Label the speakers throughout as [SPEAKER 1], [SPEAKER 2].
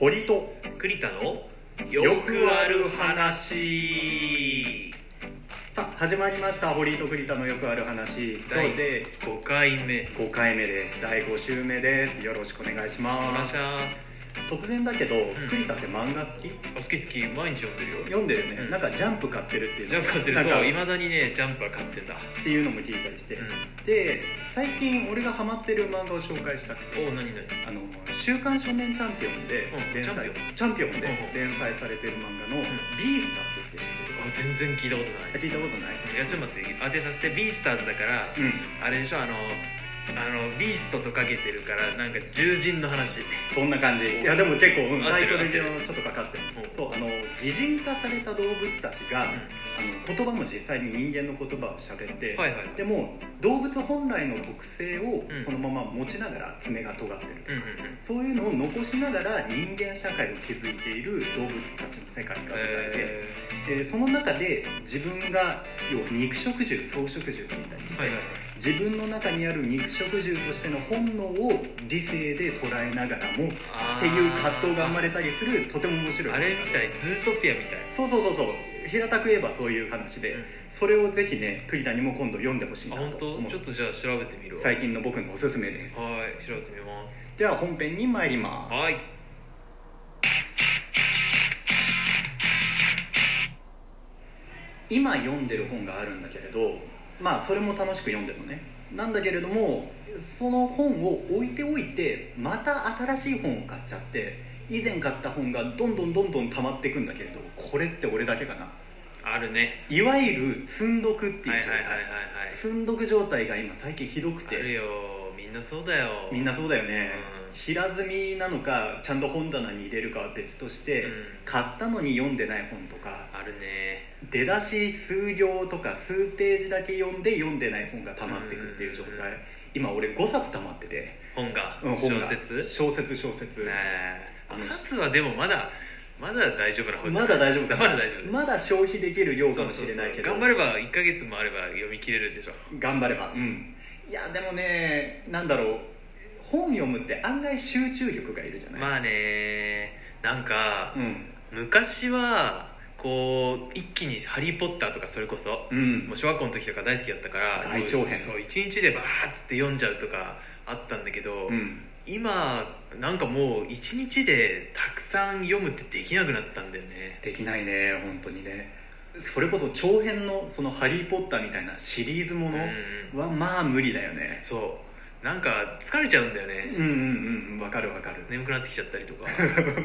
[SPEAKER 1] 堀と
[SPEAKER 2] 栗田の
[SPEAKER 1] よくある話さあ始まりました堀と栗田のよくある話今
[SPEAKER 2] 第
[SPEAKER 1] 日で
[SPEAKER 2] 5回目
[SPEAKER 1] 5回目です第5週目ですよろしくお願いし
[SPEAKER 2] お
[SPEAKER 1] ま
[SPEAKER 2] 願い
[SPEAKER 1] す
[SPEAKER 2] します
[SPEAKER 1] 突然だけど、
[SPEAKER 2] ん
[SPEAKER 1] 栗田って漫画好き
[SPEAKER 2] あ好き好き毎日読んでるよ
[SPEAKER 1] 読んでるね、
[SPEAKER 2] うん
[SPEAKER 1] なんかジャンプ買ってるっていう
[SPEAKER 2] ジャンプ買ってる
[SPEAKER 1] なんか
[SPEAKER 2] そういまだにねジャンプは買ってんだ
[SPEAKER 1] っていうのも聞いたりして、
[SPEAKER 2] う
[SPEAKER 1] で最近俺がハマってる漫画を紹介したくて
[SPEAKER 2] んおお何何
[SPEAKER 1] あの「週刊少年チャンピオン」で
[SPEAKER 2] うん
[SPEAKER 1] 連載、
[SPEAKER 2] チ
[SPEAKER 1] チャンピオンで
[SPEAKER 2] うんうん
[SPEAKER 1] 連載されてる漫画の「ビースターズ」って知ってる
[SPEAKER 2] あ全然聞いたことない
[SPEAKER 1] あ聞いたことない
[SPEAKER 2] いやちょっと待って当てさせてビースターズだから、
[SPEAKER 1] うん
[SPEAKER 2] あれでしょあのあのビーストとかけてるからなんか獣人の話
[SPEAKER 1] そんな感じいやでも結構、うん、
[SPEAKER 2] 合っ
[SPEAKER 1] タ
[SPEAKER 2] て
[SPEAKER 1] イト
[SPEAKER 2] る
[SPEAKER 1] ルにはちょっとかかってる
[SPEAKER 2] うん
[SPEAKER 1] そうあの擬人化された動物たちが、あの言葉も実際に人間の言葉を喋って、
[SPEAKER 2] はいはいはい
[SPEAKER 1] でも動物本来の特性を
[SPEAKER 2] うん
[SPEAKER 1] そのまま持ちながら爪が尖ってるとか、
[SPEAKER 2] うんうんうん
[SPEAKER 1] そういうのを残しながら人間社会を築いている動物たちの世界が舞台で、
[SPEAKER 2] え
[SPEAKER 1] えーその中で自分が要は肉食獣草食獣みたいにし
[SPEAKER 2] ー、
[SPEAKER 1] て、
[SPEAKER 2] はいはいはい
[SPEAKER 1] 自分の中にある肉食獣としての本能を理性で捉えながらも
[SPEAKER 2] あー
[SPEAKER 1] っていう葛藤が生まれたりするとても面白い
[SPEAKER 2] あれみたいズートピアみたい
[SPEAKER 1] そうそうそうそう平たく言えばそういう話で、
[SPEAKER 2] うん
[SPEAKER 1] それをぜひね栗田にも今度読んでほしい
[SPEAKER 2] あ
[SPEAKER 1] な
[SPEAKER 2] 本
[SPEAKER 1] と思
[SPEAKER 2] 当
[SPEAKER 1] う
[SPEAKER 2] ちょっとじゃあ調べてみるわ
[SPEAKER 1] 最近の僕のおすすめです
[SPEAKER 2] はい調べてみます
[SPEAKER 1] では本編に参ります
[SPEAKER 2] はい
[SPEAKER 1] 今読んでる本があるんだけれどまあそれも楽しく読んでるのねなんだけれどもその本を置いておいてまた新しい本を買っちゃって以前買った本がどんどんどんどん溜まっていくんだけれどこれって俺だけかな
[SPEAKER 2] あるね
[SPEAKER 1] いわゆる積んどくって
[SPEAKER 2] はい
[SPEAKER 1] いう
[SPEAKER 2] はい
[SPEAKER 1] 状
[SPEAKER 2] はいはい
[SPEAKER 1] 態
[SPEAKER 2] はい
[SPEAKER 1] 積んどく状態が今最近ひどく
[SPEAKER 2] ある
[SPEAKER 1] て
[SPEAKER 2] よみんなそうだよ
[SPEAKER 1] みんなそうだよね
[SPEAKER 2] うん
[SPEAKER 1] 平積みなのかちゃんと本棚に入れるかは別として
[SPEAKER 2] うん
[SPEAKER 1] 買ったのに読んでない本とか
[SPEAKER 2] あるね
[SPEAKER 1] 出だし数行とか数ページだけ読んで読んでない本が溜まってくっていう状態
[SPEAKER 2] うん
[SPEAKER 1] 今俺5冊溜まってて、
[SPEAKER 2] 本が、
[SPEAKER 1] うん、本
[SPEAKER 2] 小
[SPEAKER 1] が
[SPEAKER 2] 説
[SPEAKER 1] 小説小説、
[SPEAKER 2] ね
[SPEAKER 1] あ
[SPEAKER 2] え
[SPEAKER 1] の
[SPEAKER 2] 5冊はでもまだまだ大丈夫な方じゃ
[SPEAKER 1] ま
[SPEAKER 2] ない
[SPEAKER 1] だ大丈夫かな
[SPEAKER 2] まだ大丈夫
[SPEAKER 1] まだ消費できる量か
[SPEAKER 2] そう
[SPEAKER 1] も
[SPEAKER 2] そう
[SPEAKER 1] し
[SPEAKER 2] そ
[SPEAKER 1] れ
[SPEAKER 2] う
[SPEAKER 1] ないけど
[SPEAKER 2] 頑張れば1か月もあれば読み切れるでしょ
[SPEAKER 1] 頑張ればうんいやでもねなんだろう本読むって案外集中力がいるじゃない、
[SPEAKER 2] まあねなんか、
[SPEAKER 1] うん
[SPEAKER 2] 昔はこう一気に「ハリー・ポッター」とかそれこそ、
[SPEAKER 1] うん
[SPEAKER 2] もう小学校の時とか大好きだったから
[SPEAKER 1] 大長編
[SPEAKER 2] そう一日でバーッつって読んじゃうとかあったんだけど、
[SPEAKER 1] うん
[SPEAKER 2] 今なんかもう一日でたくさん読むってできなくなったんだよね
[SPEAKER 1] できないね本当にねそれこそ長編のその「ハリー・ポッター」みたいなシリーズもの
[SPEAKER 2] う
[SPEAKER 1] はまあ無理だよね
[SPEAKER 2] そうなんか疲れちゃうんだよね、
[SPEAKER 1] うんうんうんわかるわかる
[SPEAKER 2] 眠くなってきちゃった りとか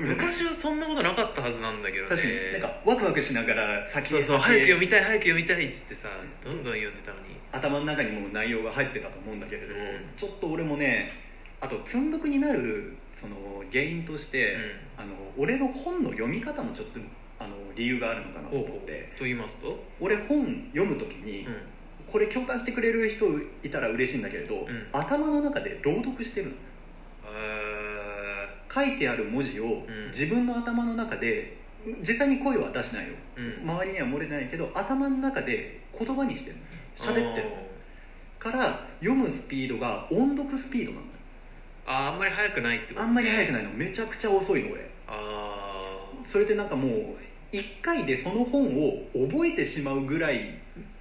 [SPEAKER 2] 昔はそんなことなかったはずなんだけどね
[SPEAKER 1] 確かになんかワクワクしながら先へ
[SPEAKER 2] そうそう
[SPEAKER 1] 先
[SPEAKER 2] 早
[SPEAKER 1] へ
[SPEAKER 2] く読みたい早く読みたいっつってさどんどん読んでたのに
[SPEAKER 1] 頭の中にもう内容が入ってたと思うんだけれど、
[SPEAKER 2] うん
[SPEAKER 1] ちょっと俺もねあと積んどくになるその原因として、あの俺の本の読み方もちょっとあの理由があるのかなと
[SPEAKER 2] ほう
[SPEAKER 1] 思
[SPEAKER 2] ほ
[SPEAKER 1] っ
[SPEAKER 2] う
[SPEAKER 1] て
[SPEAKER 2] と言いますと、
[SPEAKER 1] 俺本読む時に、
[SPEAKER 2] う
[SPEAKER 1] これ共感してくれる人いたら嬉しいんだけれど、
[SPEAKER 2] ん
[SPEAKER 1] 頭の中で朗読してるの
[SPEAKER 2] んえ
[SPEAKER 1] 書いてある文字を、
[SPEAKER 2] ん
[SPEAKER 1] 自分の頭の中で実際に声は出しないよ
[SPEAKER 2] ーうん
[SPEAKER 1] 周りには漏れないけど頭の中で言葉にしてる喋ってるから読むスピードが音読スピードなんだよ
[SPEAKER 2] あーあーあんまり早くないってこと
[SPEAKER 1] あんまり速く
[SPEAKER 2] い
[SPEAKER 1] ないのめちゃくちゃ遅いの俺
[SPEAKER 2] あー
[SPEAKER 1] それでなんかもう1回でその本を覚えてしまうぐらい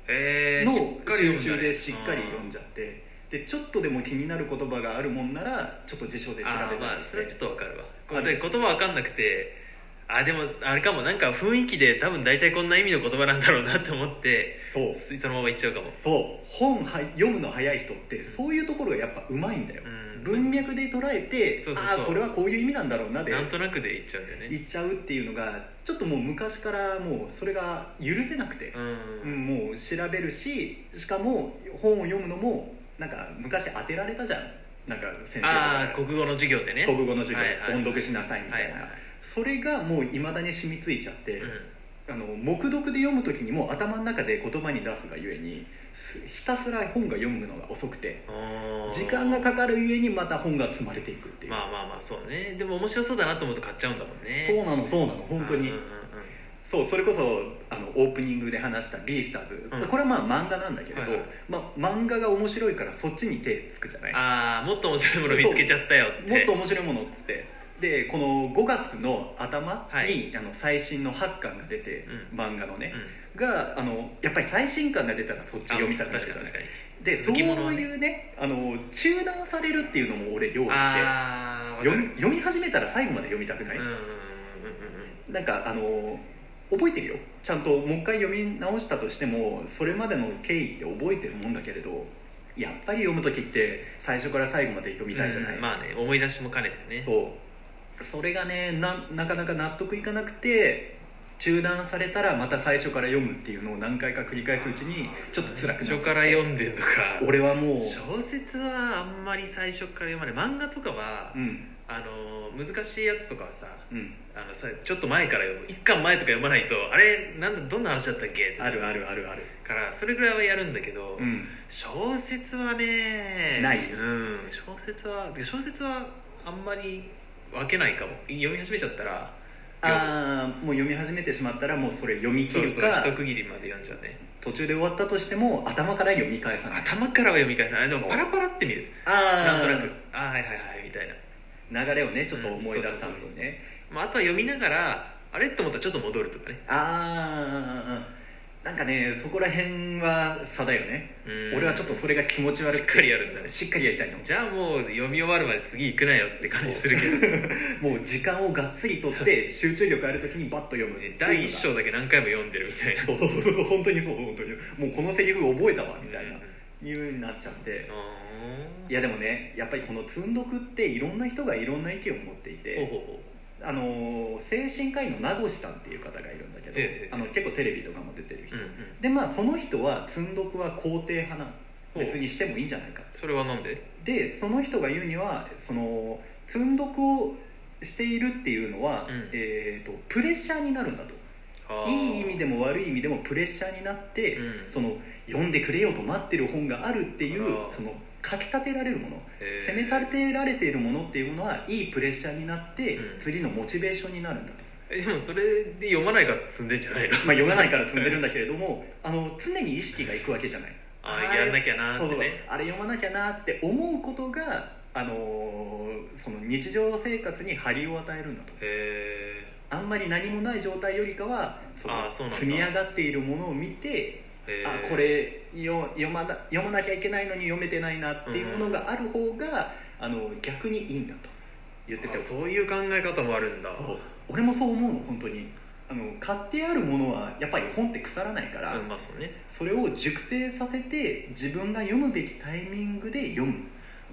[SPEAKER 2] えー、
[SPEAKER 1] の
[SPEAKER 2] しっかり読ん
[SPEAKER 1] 集
[SPEAKER 2] だ
[SPEAKER 1] 中
[SPEAKER 2] ね
[SPEAKER 1] でしっかり読んじゃってでちょっとでも気になる言葉があるもんならちょっと辞書で調
[SPEAKER 2] あ
[SPEAKER 1] べ
[SPEAKER 2] ーま
[SPEAKER 1] た
[SPEAKER 2] あ
[SPEAKER 1] りし
[SPEAKER 2] そ
[SPEAKER 1] て、
[SPEAKER 2] れはちょっとわかる
[SPEAKER 1] わ
[SPEAKER 2] わ
[SPEAKER 1] かり
[SPEAKER 2] で
[SPEAKER 1] ました
[SPEAKER 2] 言葉わかんなくてあーでもあれかもなんか雰囲気で多分大体こんな意味の言葉なんだろうなって思って
[SPEAKER 1] そう
[SPEAKER 2] そのまま言っちゃうかも
[SPEAKER 1] そう本は読むの早い人ってそういうところがやっぱうまいんだよ、
[SPEAKER 2] うん
[SPEAKER 1] 文脈で捉えて
[SPEAKER 2] そうそうそう
[SPEAKER 1] ああこれはこういう意味なんだろうなで
[SPEAKER 2] なんとなくで言っちゃうんだよね
[SPEAKER 1] 言っちゃうっていうのがちょっともう昔からもうそれが許せなくて、う
[SPEAKER 2] うん
[SPEAKER 1] ん、もう調べるししかも本を読むのもなんか昔当てられたじゃんなんか先生と
[SPEAKER 2] ああ
[SPEAKER 1] か
[SPEAKER 2] 国語の授業でね
[SPEAKER 1] 国語の授業、
[SPEAKER 2] はいはいはい
[SPEAKER 1] 音読しなさいみたいな、
[SPEAKER 2] はいはいはい
[SPEAKER 1] それがもういまだに染みついちゃって、
[SPEAKER 2] うん
[SPEAKER 1] あの目読で読む時にも頭の中で言葉に出すがゆえにすひたすら本が読むのが遅くて
[SPEAKER 2] あー
[SPEAKER 1] 時間がかかるゆえにまた本が積まれていくっていう、
[SPEAKER 2] まあまあまあそうねでも面白そうだなと思うと買っちゃうんだもんね
[SPEAKER 1] そうなのそうなの本当に、
[SPEAKER 2] うんうんうん
[SPEAKER 1] そうそれこそあのオープニングで話した「ビースターズ」
[SPEAKER 2] うん
[SPEAKER 1] これはまあ漫画なんだけれど、
[SPEAKER 2] はいはい
[SPEAKER 1] まあ、漫画が面白いからそっちに手つくじゃない
[SPEAKER 2] ああもっと面白いもの見つけちゃったよって
[SPEAKER 1] もっと面白いものっつってでこの5月の頭に、
[SPEAKER 2] はい
[SPEAKER 1] あの最新の8巻が出て、
[SPEAKER 2] うん
[SPEAKER 1] 漫画のね
[SPEAKER 2] う、ん
[SPEAKER 1] があのやっぱり最新巻が出たらそっち読みたくなるじゃ
[SPEAKER 2] あ
[SPEAKER 1] ない
[SPEAKER 2] 確かに
[SPEAKER 1] でそう
[SPEAKER 2] 続
[SPEAKER 1] い
[SPEAKER 2] きものはね
[SPEAKER 1] うねあの中断されるっていうのも俺用意して
[SPEAKER 2] ああ
[SPEAKER 1] 読み読み始めたら最後まで読みたくない、
[SPEAKER 2] うんうんうん
[SPEAKER 1] なんかあの覚えてるよちゃんともう一回読み直したとしてもそれまでの経緯って覚えてるもんだけれどやっぱり読む時って最初から最後まで読みたいじゃない、
[SPEAKER 2] うんまあね思い出しも兼ねてね
[SPEAKER 1] そうそれがねななかなか納得いかなくて中断されたらまた最初から読むっていうのを何回か繰り返すうちにちょっと辛くなっちゃ
[SPEAKER 2] 最
[SPEAKER 1] う
[SPEAKER 2] 初から読んでんのか
[SPEAKER 1] 俺はもう
[SPEAKER 2] 小説はあんまり最初から読まない漫画とかは、
[SPEAKER 1] うん
[SPEAKER 2] あのー難しいやつとかはさ
[SPEAKER 1] うん
[SPEAKER 2] あのさちょっと前から読む一巻前とか読まないとあれなんだどんな話だったっけって
[SPEAKER 1] あるあるあるある
[SPEAKER 2] からそれぐらいはやるんだけど、
[SPEAKER 1] うん
[SPEAKER 2] 小説はね
[SPEAKER 1] ない
[SPEAKER 2] うん、小説はで小説はあんまり分けないかも読み始めちゃったら
[SPEAKER 1] ああもう読み始めてしまったらもうそれ読み切
[SPEAKER 2] そう
[SPEAKER 1] る
[SPEAKER 2] そう
[SPEAKER 1] か
[SPEAKER 2] 一区切りまで読んじゃうね
[SPEAKER 1] 途中で終わったとしても頭から読み返さない
[SPEAKER 2] 頭からは読み返さないでも
[SPEAKER 1] そう
[SPEAKER 2] パラパラって見るなんと
[SPEAKER 1] あ
[SPEAKER 2] なくあーはいはいはいみたいな、
[SPEAKER 1] あ流れをねちょっと思い出すため
[SPEAKER 2] うんそうそうそう
[SPEAKER 1] に
[SPEAKER 2] そう
[SPEAKER 1] ね
[SPEAKER 2] まあ、あとは読みながらあれって思ったらちょっと戻るとかね
[SPEAKER 1] ああなんかねそこら辺は差だよね
[SPEAKER 2] うん
[SPEAKER 1] 俺はちょっとそれが気持ち悪くて
[SPEAKER 2] しっかりやるんだね
[SPEAKER 1] しっかりやりたいの
[SPEAKER 2] じゃあもう読み終わるまで次行くなよって感じするけど
[SPEAKER 1] もう時間をがっつりとっ て集中力ある時にバッと読むっていうのが
[SPEAKER 2] 第一章だけ何回も読んでるみたいな
[SPEAKER 1] そうそうそうそうそう本当にそう本当にもうこのセリフ覚えたわみたいな
[SPEAKER 2] うん
[SPEAKER 1] いう風になっちゃって
[SPEAKER 2] あ
[SPEAKER 1] いやでもねやっぱりこの積んどくっていろんな人がいろんな意見を持ってい
[SPEAKER 2] ーほう
[SPEAKER 1] て
[SPEAKER 2] ほうほう
[SPEAKER 1] あのー精神科医の名越さんっていう方がいるんだけど、
[SPEAKER 2] ええ
[SPEAKER 1] あの結構テレビとかも出てる人、
[SPEAKER 2] うんうん
[SPEAKER 1] でまあその人は積んどくは肯定派な
[SPEAKER 2] ほう
[SPEAKER 1] 別にしてもいいんじゃないか
[SPEAKER 2] それはなんで
[SPEAKER 1] でその人が言うにはその積んどくをしているっていうのは、
[SPEAKER 2] うん
[SPEAKER 1] えー、とプレッシャーになるんだと
[SPEAKER 2] あー
[SPEAKER 1] いい意味でも悪い意味でもプレッシャーになって、
[SPEAKER 2] うん
[SPEAKER 1] その読んでくれよと待ってる本があるってい
[SPEAKER 2] あ
[SPEAKER 1] う
[SPEAKER 2] ー
[SPEAKER 1] そのかきたてられるもの
[SPEAKER 2] へー
[SPEAKER 1] 責め立てられているものっていうものはいいプレッシャーになって、
[SPEAKER 2] うん
[SPEAKER 1] 次のモチベーションになるんだと、
[SPEAKER 2] えでもそれで読まないから積んでんじゃな いの
[SPEAKER 1] まあ、読まないから積んでるんだけれどもあの常に意識がいくわけじゃない
[SPEAKER 2] あ
[SPEAKER 1] れ
[SPEAKER 2] あやんなきゃなー
[SPEAKER 1] そう
[SPEAKER 2] っ
[SPEAKER 1] そ
[SPEAKER 2] て
[SPEAKER 1] うそう
[SPEAKER 2] ね
[SPEAKER 1] あれ読まなきゃなって思うことが、あのーその日常生活に張りを与えるんだと
[SPEAKER 2] へ
[SPEAKER 1] あんまり何もない状態よりかはその
[SPEAKER 2] あーそうなんだ
[SPEAKER 1] 積み上がっているものを見て
[SPEAKER 2] ーへー
[SPEAKER 1] あこれよ読まな読まなきゃいけないのに読めてないなっていうものがある方が、あの逆にいいんだと言ってて
[SPEAKER 2] あそういう考え方もあるんだ
[SPEAKER 1] そう俺もそう思うの本当にあの買ってあるものはやっぱり本って腐らないから、
[SPEAKER 2] うんまあそうね
[SPEAKER 1] それを熟成させて自分が読むべきタイミングで読む、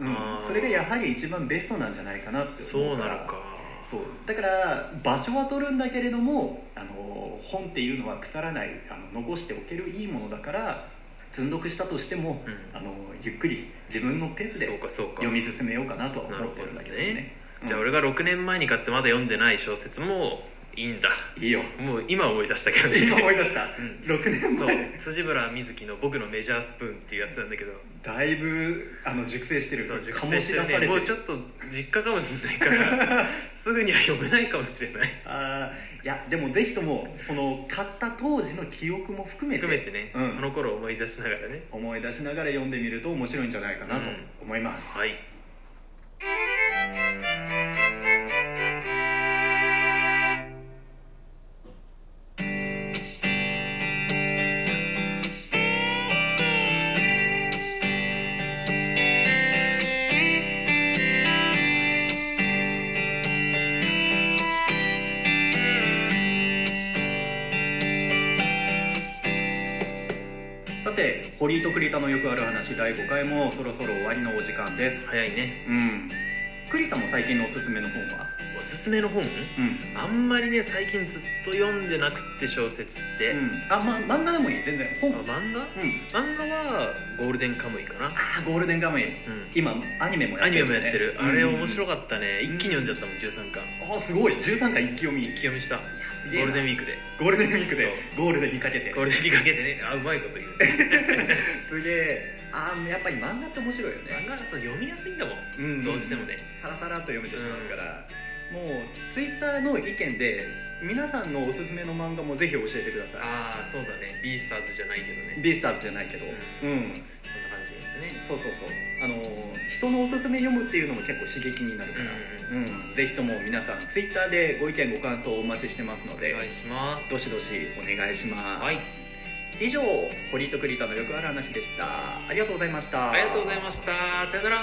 [SPEAKER 2] あ
[SPEAKER 1] うん、
[SPEAKER 2] ー
[SPEAKER 1] それがやはり一番ベストなんじゃないかなって
[SPEAKER 2] そ
[SPEAKER 1] 思
[SPEAKER 2] う
[SPEAKER 1] うか
[SPEAKER 2] な
[SPEAKER 1] ら
[SPEAKER 2] のか
[SPEAKER 1] そうだから場所は取るんだけれどもあの本っていうのは腐らないあの残しておけるいいものだから積んどくしたとしても、
[SPEAKER 2] うん
[SPEAKER 1] あのゆっくり自分のペース
[SPEAKER 2] そう
[SPEAKER 1] で
[SPEAKER 2] かそうか
[SPEAKER 1] 読み進めようかなとは思ってるんだけどね
[SPEAKER 2] なるほどね
[SPEAKER 1] うん
[SPEAKER 2] じゃあ俺が6年前に買ってまだ読んでない小説もいいんだ
[SPEAKER 1] いいよ
[SPEAKER 2] もう今思い出したけ
[SPEAKER 1] 今
[SPEAKER 2] どね
[SPEAKER 1] 思い出した、
[SPEAKER 2] うん
[SPEAKER 1] 6年
[SPEAKER 2] そう
[SPEAKER 1] 前
[SPEAKER 2] 辻村瑞希の「僕のメジャースプーン」っていうやつなんだけど
[SPEAKER 1] だいぶあの熟成してる
[SPEAKER 2] そう
[SPEAKER 1] 醸
[SPEAKER 2] 熟
[SPEAKER 1] し
[SPEAKER 2] 成
[SPEAKER 1] 出
[SPEAKER 2] して
[SPEAKER 1] さ
[SPEAKER 2] る
[SPEAKER 1] れ
[SPEAKER 2] ね
[SPEAKER 1] て
[SPEAKER 2] もう
[SPEAKER 1] る
[SPEAKER 2] ちょっと実家かもしれないからすぐには読めないかも しれない
[SPEAKER 1] あーいやでもぜひともその買った当時の記憶も含めて
[SPEAKER 2] 含めてね、
[SPEAKER 1] うん
[SPEAKER 2] その頃を思い出しながらね
[SPEAKER 1] 思い出しながら読んでみると面白いんじゃないかなと
[SPEAKER 2] うん
[SPEAKER 1] 思います、
[SPEAKER 2] はい
[SPEAKER 1] さて堀井と栗田のよくある話第5回もそろそろ終わりのお時間です
[SPEAKER 2] 早いね
[SPEAKER 1] うん栗田も最近のおすすめの本は
[SPEAKER 2] おすすめの本
[SPEAKER 1] うん、
[SPEAKER 2] あんまりね最近ずっと読んでなくって小説って、
[SPEAKER 1] うん、あま漫画でもいい全然本うん
[SPEAKER 2] あ漫画漫画は「ゴールデンカムイ」かな、
[SPEAKER 1] あーゴールデンカムイ
[SPEAKER 2] う
[SPEAKER 1] 今アニメも
[SPEAKER 2] ん、
[SPEAKER 1] や
[SPEAKER 2] ア
[SPEAKER 1] って
[SPEAKER 2] ニメ
[SPEAKER 1] る
[SPEAKER 2] もやってる、あれ面白
[SPEAKER 1] い
[SPEAKER 2] かったね、一気に読んじゃったもん13巻
[SPEAKER 1] あーすごい13回一気読み
[SPEAKER 2] 一気読みしたゴ
[SPEAKER 1] すげえ
[SPEAKER 2] ール
[SPEAKER 1] な
[SPEAKER 2] デンウィークで
[SPEAKER 1] ゴールデンウィークでゴールデンにかけて
[SPEAKER 2] ゴールデンウィークかけてねあうまいこと言うね
[SPEAKER 1] すげえあーやっぱり漫画って面白いよね
[SPEAKER 2] 漫画だと読みやすいんだもん
[SPEAKER 1] うんうん
[SPEAKER 2] どうしてもね
[SPEAKER 1] さらさらっと読めてしまうから、もうツイッターの意見で皆さんのおすすめの漫画もぜひ教えてくださ
[SPEAKER 2] ああそうだねビースターズじゃないけど
[SPEAKER 1] い
[SPEAKER 2] ね
[SPEAKER 1] ビースターズじゃないけどうん、
[SPEAKER 2] そんな感じですね
[SPEAKER 1] そうそうそうあのー一人のおすすめ読むっていうのも結構刺激になるから、う
[SPEAKER 2] う
[SPEAKER 1] んぜひとも皆さんツイッターでご意見ご感想お待ちしてますので、
[SPEAKER 2] お願いします
[SPEAKER 1] どしどしお願いします、
[SPEAKER 2] はい
[SPEAKER 1] 以上堀と栗田のよくある話でしたありがとうございました
[SPEAKER 2] ありがとうございましたさよなら